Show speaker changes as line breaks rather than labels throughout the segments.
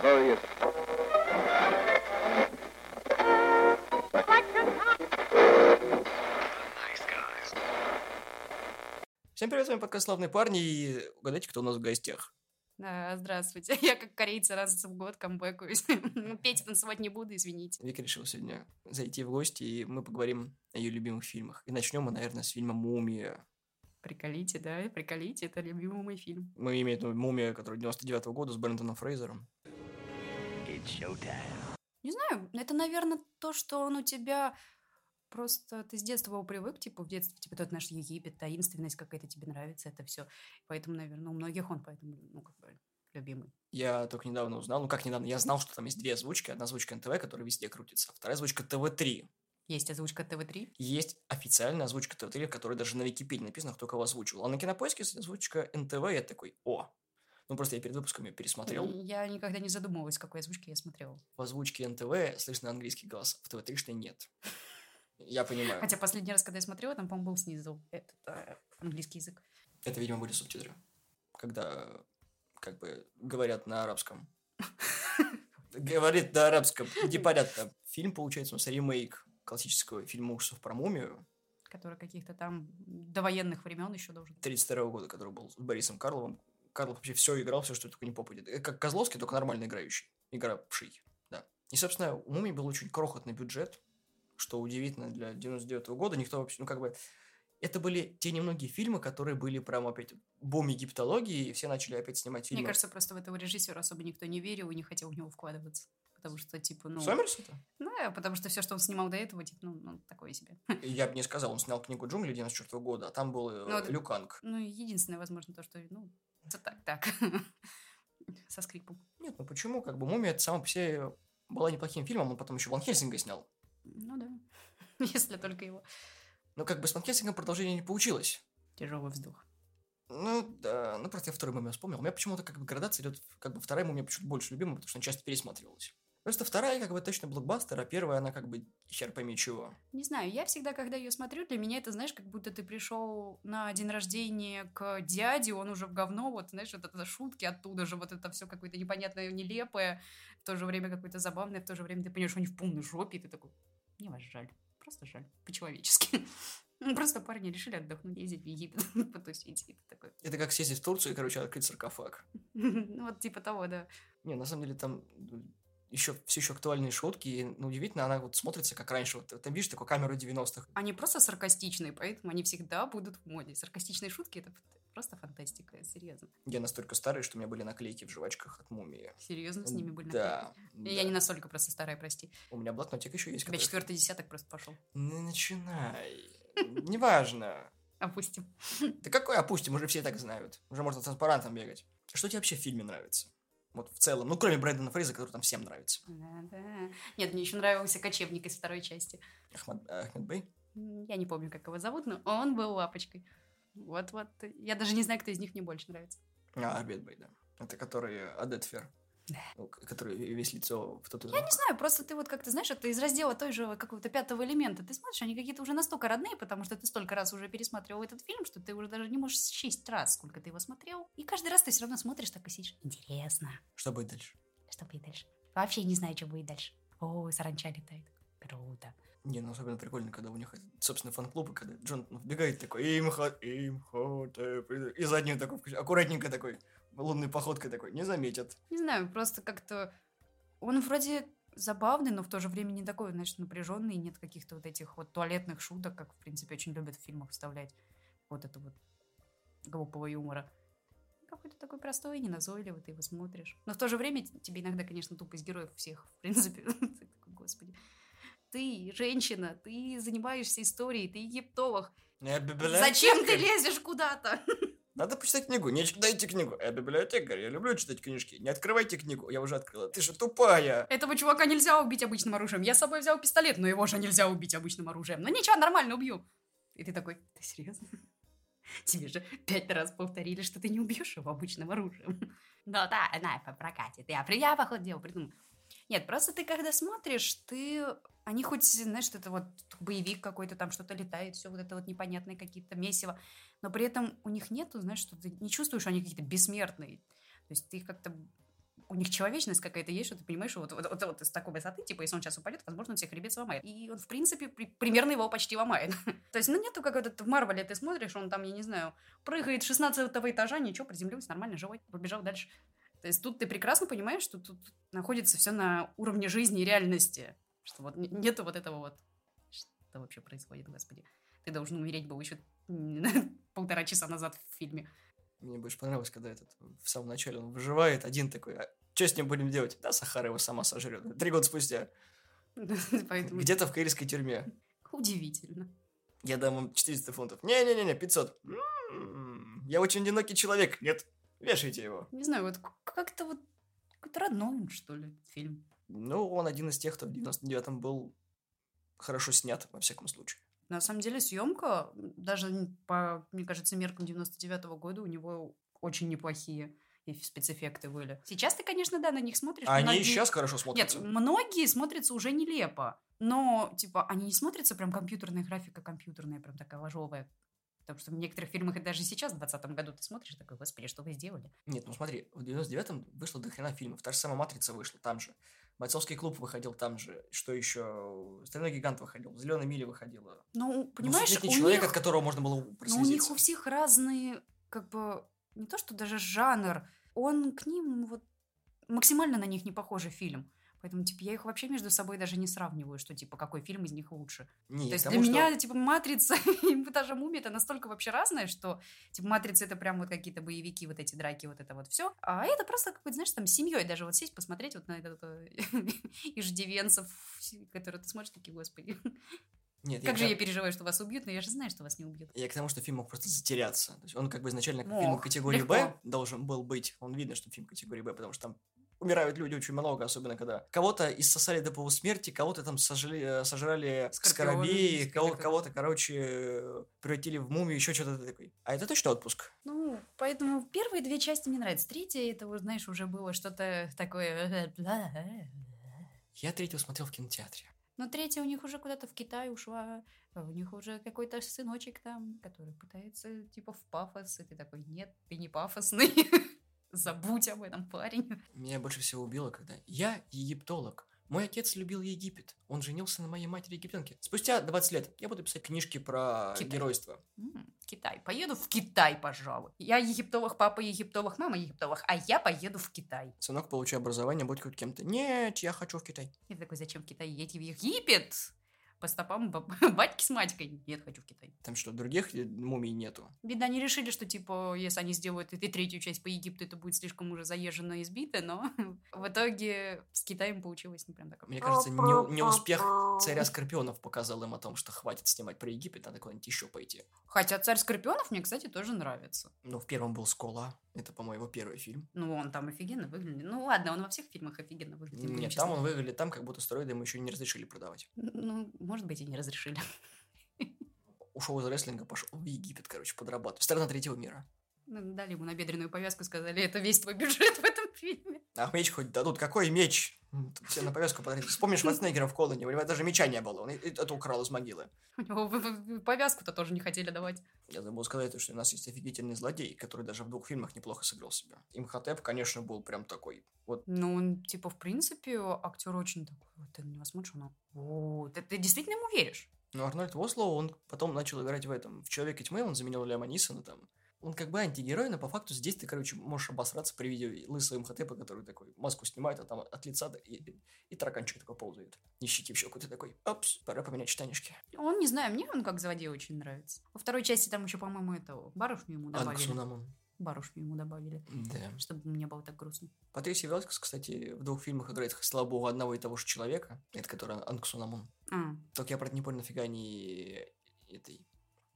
происходит? Всем привет, с вами подкаст «Славные парни», и угадайте, кто у нас в гостях.
Да, Э, здравствуйте. Я как корейца раз в год камбэкаюсь. Ну, Петь танцевать не буду, извините.
Вика решила сегодня зайти в гости, и мы поговорим о ее любимых фильмах. И начнем мы, наверное, с фильма «Мумия».
Приколите, да, приколите, это любимый мой фильм.
Мы имеем в виду «Мумия», который 99 -го года с Брэндоном Фрейзером.
Не знаю, это, наверное, то, что он у тебя просто ты с детства его привык, типа в детстве, типа тот наш Египет, таинственность какая-то тебе нравится, это все. Поэтому, наверное, у многих он поэтому, ну, как бы, любимый.
Я только недавно узнал, ну как недавно, я знал, что там есть две озвучки. Одна озвучка НТВ, которая везде крутится, а вторая озвучка ТВ-3.
Есть озвучка ТВ-3?
Есть официальная озвучка ТВ-3, в которой даже на Википедии написано, кто кого озвучивал. А на кинопоиске озвучка НТВ, я такой, о, ну, просто я перед выпуском ее пересмотрел.
Я никогда не задумывалась, какой озвучки я смотрела.
В озвучке НТВ слышно английский голос, в ТВ-3 нет. Я понимаю.
Хотя последний раз, когда я смотрела, там, по-моему, был снизу этот э, английский язык.
Это, видимо, были субтитры. Когда, как бы, говорят на арабском. Говорит на арабском, непонятно. Фильм, получается, у нас ремейк классического фильма ужасов про мумию.
Который каких-то там довоенных времен еще должен.
32 года, который был с Борисом Карловым. Карлов вообще все играл, все, что только не попадет. Э, Как Козловский, только нормально играющий. Игравший, да. И, собственно, у Мумии был очень крохотный бюджет, что удивительно для 99 -го года, никто вообще, ну, как бы, это были те немногие фильмы, которые были прям опять бум египтологии, и все начали опять снимать фильмы.
Мне кажется, просто в этого режиссера особо никто не верил и не хотел в него вкладываться. Потому что, типа, ну...
Сомерс это?
Да, потому что все, что он снимал до этого, типа, ну, ну такое себе.
Я бы не сказал, он снял книгу «Джунгли» 94 -го года, а там был ну,
это-
Люканг.
Ну, единственное, возможно, то, что, ну, это так, так. Со скрипом.
Нет, ну почему? Как бы «Мумия» это сама по себе была неплохим фильмом, он потом еще Ван Хельсинга снял.
Ну да. Если только его.
Но как бы с Ван Хельсингом продолжение не получилось.
Тяжелый вздох.
Ну, да, ну просто я вторую мумию вспомнил. У меня почему-то как бы градация идет, как бы вторая мумия почему-то больше любимая, потому что она часто пересматривалась. Просто вторая как бы точно блокбастер, а первая она как бы хер пойми чего.
Не знаю, я всегда, когда ее смотрю, для меня это, знаешь, как будто ты пришел на день рождения к дяде, он уже в говно, вот, знаешь, вот это шутки оттуда же, вот это все какое-то непонятное, нелепое, в то же время какое-то забавное, в то же время ты понимаешь, что они в полной жопе, и ты такой, мне вас жаль, просто жаль, по-человечески. Ну, Просто парни решили отдохнуть, ездить в Египет, ну, потусить, и ты такой,
Это как съездить в Турцию и, короче, открыть саркофаг.
ну, вот типа того, да.
Не, на самом деле там э, еще все еще актуальные шутки, и, ну, удивительно, она вот смотрится как раньше. Вот там видишь такую камеру 90-х.
Они просто саркастичные, поэтому они всегда будут в моде. Саркастичные шутки — это просто фантастика, серьезно.
Я настолько старый, что у меня были наклейки в жвачках от мумии.
Серьезно, с ними были
да,
наклейки?
да.
Я не настолько просто старая, прости.
У меня блокнотик еще есть.
У тебя
который-
четвертый десяток просто пошел.
Не начинай. Неважно.
Опустим.
Да какой опустим, уже все и так знают. Уже можно транспарантом бегать. Что тебе вообще в фильме нравится? Вот в целом, ну кроме Брэндона Фрейза, который там всем нравится.
Да-да. Нет, мне еще нравился кочевник из второй части.
Ахмад, э, Ахмед Бэй?
М, Я не помню, как его зовут, но он был лапочкой. Вот-вот. Я даже не знаю, кто из них мне больше нравится.
А, Ахмед Бэй, да. Это который э, Адетфер.
Да.
Ну, Который весь лицо в тот
Я не знаю, просто ты вот как-то, знаешь, это из раздела той же какого-то пятого элемента. Ты смотришь, они какие-то уже настолько родные, потому что ты столько раз уже пересматривал этот фильм, что ты уже даже не можешь счесть раз, сколько ты его смотрел. И каждый раз ты все равно смотришь так и сидишь. Интересно,
Что будет дальше?
что будет дальше? Вообще не знаю, что будет дальше. О, саранча летает. Круто.
Не, ну особенно прикольно, когда у них, собственно, фан-клуб, и когда Джонатан вбегает такой, имха, имха, и заднюю такой, включ- аккуратненько такой, лунной походкой такой, не заметят.
Не знаю, просто как-то он вроде забавный, но в то же время не такой, значит, напряженный, нет каких-то вот этих вот туалетных шуток, как, в принципе, очень любят в фильмах вставлять вот это вот глупого юмора. Какой-то такой простой, неназойливый, ты его смотришь. Но в то же время т- тебе иногда, конечно, тупость героев всех, в принципе. Ты такой, Господи. Ты женщина, ты занимаешься историей, ты египтолог.
«Э, библиотекарь,
Зачем ты лезешь куда-то?
Надо почитать книгу, не читайте книгу. Я библиотекарь, я люблю читать книжки. Не открывайте книгу, я уже открыла. Ты же тупая.
Этого чувака нельзя убить обычным оружием. Я с собой взял пистолет, но его же нельзя убить обычным оружием. Ну ничего, нормально убью. И ты такой, ты серьезно? Тебе же пять раз повторили, что ты не убьешь его обычным оружием. Ну да, на, по прокате. Я, при- я походу, дело придумал. Нет, просто ты когда смотришь, ты... Они хоть, знаешь, что это вот боевик какой-то, там что-то летает, все вот это вот непонятное какие-то месиво, но при этом у них нету, знаешь, что ты не чувствуешь, что они какие-то бессмертные. То есть ты их как-то у них человечность какая-то есть, что ты понимаешь, что вот, вот, вот, вот из такой высоты, типа, если он сейчас упадет, возможно, он всех ребят сломает. И он, в принципе, при- примерно его почти ломает. То есть, ну, нету какой-то... В Марвеле ты смотришь, он там, я не знаю, прыгает 16 этажа, ничего, приземлился, нормально, живой, побежал дальше. То есть тут ты прекрасно понимаешь, что тут находится все на уровне жизни и реальности. Что вот н- нету вот этого вот... Что вообще происходит, господи? Ты должен умереть был еще полтора часа назад в фильме.
Мне больше понравилось, когда этот в самом начале он выживает, один такой, а что с ним будем делать? Да, Сахара его сама сожрет. Три года спустя.
Поэтому
Где-то в каирской тюрьме.
удивительно.
Я дам вам 400 фунтов. Не-не-не, 500. М, Я очень одинокий человек. Нет, вешайте его.
Не знаю, вот к- как-то вот какой-то родной он, что ли, фильм.
Ну, он один из тех, кто в 99-м был хорошо снят, во всяком случае.
На самом деле съемка, даже н- по, мне кажется, меркам 99-го года у него очень неплохие и спецэффекты были. Сейчас ты, конечно, да, на них смотришь. но
Они
многие-
и сейчас хорошо
Нет,
смотрятся.
многие смотрятся уже нелепо. Но, типа, они не смотрятся прям компьютерная графика компьютерная, прям такая ложовая. Потому что в некоторых фильмах, и даже сейчас, в 2020 году, ты смотришь и такой, господи, что вы сделали?
Нет, ну смотри, в 99-м вышло до хрена фильмов. Та же самая «Матрица» вышла там же. «Бойцовский клуб» выходил там же. Что еще? «Стальной гигант» выходил. «Зеленая миля» выходила.
Ну, понимаешь, у
«Двухсотлетний человек»,
них-
от которого можно было
Но Ну, у них
прослезиться.
у всех разные, как бы, не то что даже жанр, он к ним вот максимально на них не похожий фильм. Поэтому, типа, я их вообще между собой даже не сравниваю, что, типа, какой фильм из них лучше.
Не,
То есть
потому
для
что-
меня, типа, «Матрица» и даже «Мумия» это настолько вообще разное, что, типа, «Матрица» это прям вот какие-то боевики, вот эти драки, вот это вот все. А это просто, как бы, знаешь, там, с семьей даже вот сесть, посмотреть вот на этот э, иждивенцев, которые ты смотришь, такие, господи,
Нет,
как
к
же я
тому-
переживаю, что вас убьют, но я же знаю, что вас не убьют.
я к тому, что фильм мог просто затеряться. То есть он как бы изначально как фильм
Мог,
категории
легко.
Б должен был быть. Он видно, что фильм категории Б, потому что там умирают люди очень много, особенно когда кого-то иссосали до полусмерти, кого-то там сожли, э, сожрали
Скорпион,
скоробеи,
всякое
кого-
такое.
кого-то, короче, э, превратили в мумию, еще что-то Ты такой. А это точно отпуск?
Ну, поэтому первые две части мне нравятся. Третья, это, вот, знаешь, уже было что-то такое... э,
Я третьего смотрел в кинотеатре.
Но третья у них уже куда-то в Китай ушла. а У них уже какой-то сыночек там, который пытается, типа, в пафос. И ты такой, нет, ты не пафосный. Забудь об этом, парень.
Меня больше всего убило, когда я египтолог. Мой отец любил Египет. Он женился на моей матери египтянке. Спустя 20 лет я буду писать книжки про
Китай.
геройство.
М, Китай. Поеду в Китай, пожалуй. Я египтолог, папа египтолог, мама египтолог, а я поеду в Китай.
Сынок, получи образование, будь хоть кем-то. Нет, я хочу в Китай.
И ты такой, зачем в Китай? Едь в Египет! По стопам баб- батьки с матькой. Нет, хочу в Китай.
Там что, других э, мумий нету?
Видно, они решили, что, типа, если они сделают и и третью часть по Египту, это будет слишком уже заезжено и избито, но в итоге с Китаем получилось не прям так.
Мне кажется, не, успех царя Скорпионов показал им о том, что хватит снимать про Египет, надо куда-нибудь еще пойти.
Хотя «Царь Скорпионов» мне, кстати, тоже нравится.
Ну, в первом был Скола. Это, по-моему, его первый фильм.
Ну, он там офигенно выглядит. Ну, ладно, он во всех фильмах офигенно выглядит. будем
Нет,
честны.
там он выглядит там, как будто стероиды ему еще не разрешили продавать.
Ну, может быть, и не разрешили.
Ушел из рестлинга, пошел в Египет, короче, подрабатывать. Страна третьего мира.
Ну, Дали ему набедренную повязку, сказали, это весь твой бюджет в этом фильме.
А меч хоть дадут? Какой меч? М, тут все на повязку потратили. Вспомнишь Шварценеггера в Колоне, у него даже меча не было, он и- и это украл из могилы.
У него в- в- в- повязку-то тоже не хотели давать.
Я забыл сказать, то, что у нас есть офигительный злодей, который даже в двух фильмах неплохо сыграл себя. Имхотеп, конечно, был прям такой. Вот
Ну, он, типа, в принципе, актер очень такой. Вот ты на него смотришь, он... «О, ты- ты действительно ему веришь?
Но Арнольд Вослоу, он потом начал играть в этом. В «Человеке тьмы» он заменил Лема Нисона там. Он как бы антигерой, но по факту здесь ты, короче, можешь обосраться при виде лысого МХТПа, который такой маску снимает, а там от лица да- и, и тараканчик такой ползает. И щеки в щеку, ты такой, опс, пора поменять штанишки.
Он, не знаю, мне он как злодей очень нравится. Во второй части там еще, по-моему, этого барышню ему
Анка
добавили.
Сунамон.
Барышню ему добавили,
Да.
чтобы мне было так грустно.
Патрисия Велкс, кстати, в двух фильмах играет, слава богу, одного и того же человека. Это который Анка Сунамон.
А,
Только я, правда, не понял, нафига они этой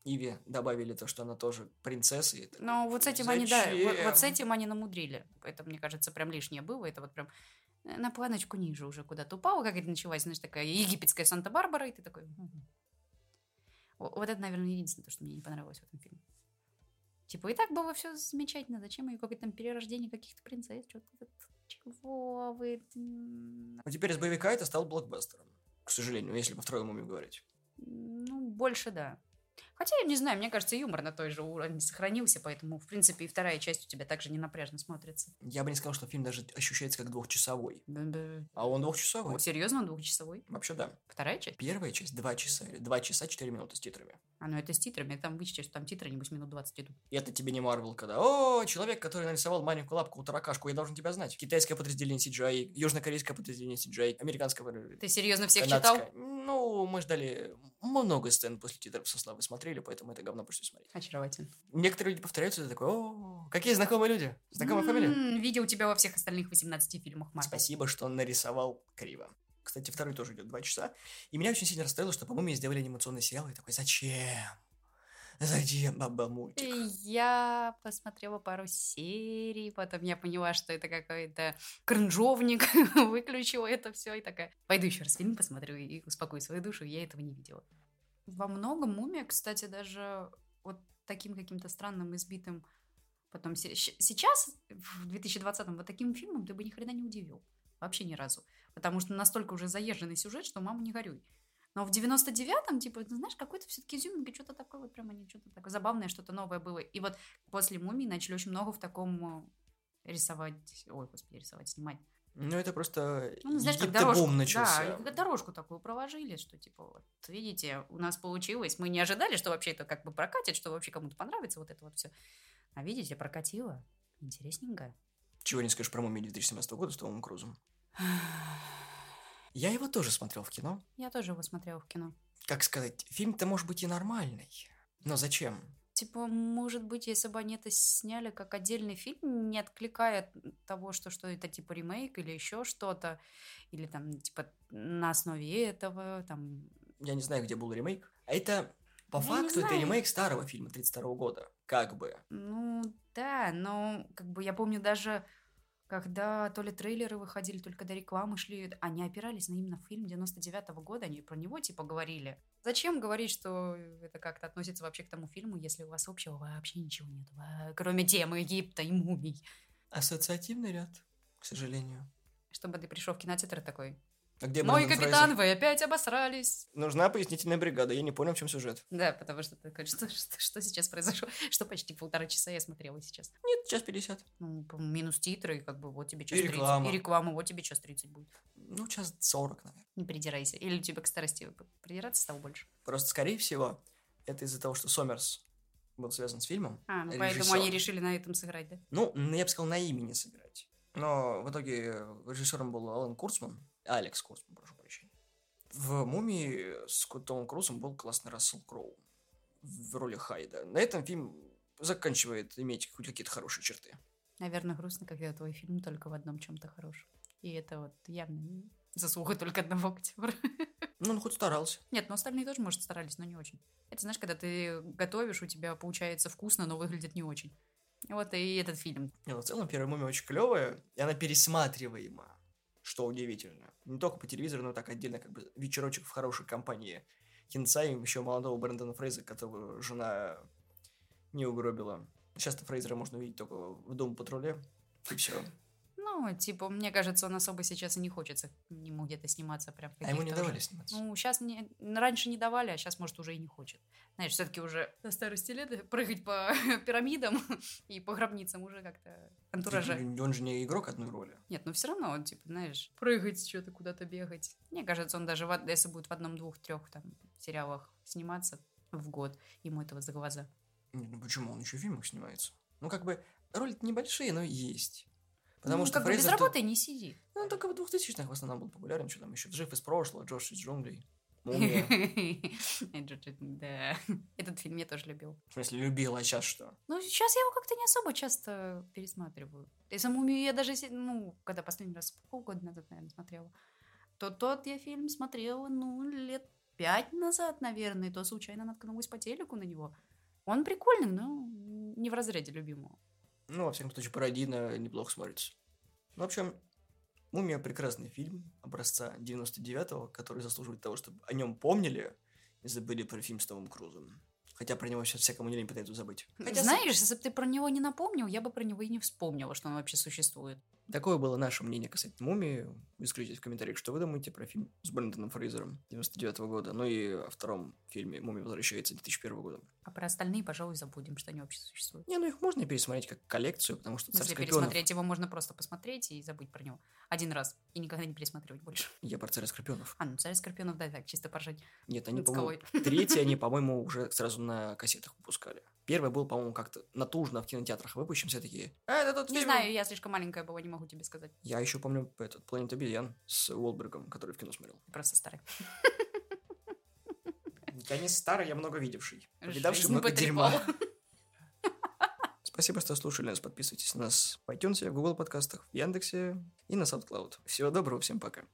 Иве добавили то, что она тоже принцесса. и это-
но вот с этим они, да, вот, вот с
Зачем?
этим они намудрили. Это, мне кажется, прям лишнее было. Это вот прям э, на планочку ниже уже куда-то упала, как это началась, знаешь, такая египетская Санта-Барбара, и ты такой... «Мгм». Во- Вот это, наверное, единственное, то, что мне не понравилось в этом фильме. Типа, и так было все замечательно. Зачем ее какое-то там перерождение каких-то принцесс? Чего-то... Чего вы... м,
Но теперь из боевика это стал блокбастером. К сожалению, если по второму умею говорить.
Ну, больше да. Хотя, я не знаю, мне кажется, юмор на той же уровне сохранился, поэтому, в принципе, и вторая часть у тебя также не напряжно смотрится.
Я бы не сказал, что фильм даже ощущается как двухчасовой.
Б-б-б.
А он
О,
двухчасовой.
серьезно, он двухчасовой?
Вообще, да.
Вторая часть?
Первая часть два часа или два часа четыре минуты с титрами.
А, ну это с титрами, там вычти, что там титры, нибудь минут 20 идут.
И это тебе не Марвел, когда «О, человек, который нарисовал маленькую лапку у таракашку, я должен тебя знать». Китайское подразделение CGI, южнокорейское подразделение CGI, американское подразделение.
Ты серьезно всех читал?
канадское. Ну, мы ждали много сцен после титров со славы смотрели, поэтому это говно пришлось смотреть.
Очаровательно.
Некоторые люди повторяются, и ты такой, о, какие знакомые люди, знакомые фамилии.
М, Видел М-м, тебя во всех остальных 18 фильмах Марвел.
Спасибо, что нарисовал криво. Кстати, второй тоже идет два часа. И меня очень сильно расстроило, что, по-моему, сделали анимационный сериал. И я такой, зачем? Зачем, баба мультик?
Я посмотрела пару серий, потом я поняла, что это какой-то кринжовник, выключила это все и такая, пойду еще раз фильм посмотрю и успокою свою душу, я этого не видела. Во многом «Мумия», кстати, даже вот таким каким-то странным, избитым потом... се- щ- Сейчас, в 2020-м, вот таким фильмом ты бы ни хрена не удивил. Вообще ни разу. Потому что настолько уже заезженный сюжет, что мама не горюй. Но в 99-м, типа, ну, знаешь, какой-то все-таки изюминка, что-то такое, вот прям они что-то такое забавное, что-то новое было. И вот после «Мумии» начали очень много в таком э, рисовать, ой, господи, рисовать, снимать.
Ну, это просто
Ну, ну, знаешь, как дорожку,
египтобум
да,
начался.
и как дорожку такую проложили, что типа, вот, видите, у нас получилось, мы не ожидали, что вообще это как бы прокатит, что вообще кому-то понравится вот это вот все. А видите, прокатило. Интересненько.
Чего не скажешь про «Мумию» 2017 года с Томом Крузом. Я его тоже смотрел в кино.
Я тоже его смотрела в кино.
Как сказать, фильм-то может быть и нормальный. Но зачем?
Типа, может быть, если бы они это сняли как отдельный фильм, не откликая от того, что, что это типа ремейк или еще что-то, или там типа на основе этого, там...
я не знаю, где был ремейк. А это, по
Я не
факту, это
знаю.
ремейк старого фильма 32 года. Как бы.
Ну, да, но как бы я помню даже, когда то ли трейлеры выходили, только до рекламы шли, они опирались на именно фильм 99-го года, они про него типа говорили. Зачем говорить, что это как-то относится вообще к тому фильму, если у вас общего вообще ничего нет, во- кроме темы Египта и мумий?
Ассоциативный ряд, к сожалению.
Чтобы ты пришел в кинотеатр и такой,
А где
Мой
Брендан Фрейзер?
капитан, вы опять обосрались.
Нужна пояснительная бригада, я не понял, в чем сюжет.
Да, потому что ты такой, что, что, что сейчас произошло? Что почти полтора часа я смотрела сейчас.
Нет, час 50.
Ну, по- минус титры, и как бы вот тебе час
И
30.
реклама.
И реклама, вот тебе час 30 будет.
Ну, час 40, наверное.
Не придирайся. Или тебе к старости придираться стало больше.
Просто, скорее всего, это из-за того, что Сомерс был связан с фильмом.
А, ну поэтому
Режиссер.
они решили на этом сыграть, да?
Ну, н- я бы сказал, на имени сыграть. Но в итоге режиссером был Алан Курцман. Алекс Курцман, прошу прощения. В «Мумии» с Ку- Томом Крузом был классный Рассел Кроу в роли Хайда. На этом фильм заканчивает иметь хоть какие-то хорошие черты.
Наверное, грустно, когда твой фильм только в одном чем-то хорош. И это вот явно не заслуга только одного актера.
Ну, он хоть старался.
Нет, ну остальные тоже, может, старались, но не очень. Это знаешь, когда ты готовишь, у тебя получается вкусно, но выглядит не очень. Вот и этот фильм.
Не, ну, в целом, первая «Мумия» очень клевая, и она пересматриваема, что удивительно. Не только по телевизору, но так отдельно, как бы вечерочек в хорошей компании. Хинца и еще молодого Брэндона Фрейза, которого жена не угробила. Часто Фрейзера можно увидеть только в «Дом патруле», и все.
Ну, типа, мне кажется, он особо сейчас и не хочется ему где-то сниматься прям. в
А ему не
каких-то уже-
давали сниматься.
Ну, сейчас не... раньше не давали, а сейчас, может, уже и не хочет. Знаешь, все-таки уже на старости лет э, прыгать по пирамидам и по гробницам уже как-то антуража.
Ведь Он же не игрок одной роли.
Нет, ну все равно он, типа, знаешь, прыгать, что-то куда-то бегать. Мне кажется, он даже, в од- если будет в одном, двух, трех там сериалах сниматься в год, ему этого за глаза.
Не, ну почему? Он еще в фильмах снимается. Ну, как бы, роли-то небольшие, но есть. Потому
Ну,
что
как бы без
Фрейзер тут-
работы не сидит.
Ну, он только в 2000-х в основном был популярен, что там еще «Джиф из прошлого», «Джош из джунглей», «Мумия».
Да, этот фильм я тоже любил.
В смысле, любила, а сейчас что?
Ну, сейчас я его как-то не особо часто пересматриваю. И саму «Мумию» я даже, се- ну, когда последний раз полгода назад, наверное, смотрела, то тот я фильм смотрела, ну, лет пять назад, наверное, и то случайно наткнулась по телеку на него. Он прикольный, но не в разряде любимого.
Ну, во всяком случае, пародийно неплохо смотрится. Ну, в общем, «Мумия» — прекрасный фильм образца 99-го, который заслуживает того, чтобы о нем помнили и забыли про фильм с Томом Крузом. Хотя про него сейчас всякому не лень пытаются забыть. Хотя,
Знаешь, если бы ты про него не напомнил, я бы про него и не вспомнила, что он вообще существует.
Такое было наше мнение касательно «Мумии». Выскажите в комментариях, что вы думаете про фильм с Брэндоном Фрейзером 99 года, ну и о втором фильме «Мумия возвращается» 2001 года.
А про остальные, пожалуй, забудем, что они вообще существуют.
Не, ну их можно пересмотреть как коллекцию, потому что
В смысле,
«Царь Скорпионов»
пересмотреть его можно просто посмотреть и забыть про него. Один раз. И никогда не пересматривать больше.
Я про «Царя Скорпионов».
А, ну царь Скорпионов, да, так, чисто поржать.
Нет, они,
над
по-моему,
скалой.
третий они, по-моему, уже сразу на кассетах выпускали. Первый был, по-моему, как-то натужно в кинотеатрах выпущен, все такие, а, это тот
Не
фильм!»
знаю, я слишком маленькая была, не могу тебе сказать.
Я еще помню этот «Планет обезьян» с Уолбергом, который в кино смотрел.
Ты Просто старый.
Я не старый, я много видевший.
Жизнь потрепала.
Спасибо, что слушали нас. Подписывайтесь на нас в iTunes, в Google подкастах, в Яндексе и на SoundCloud. Всего доброго, всем пока.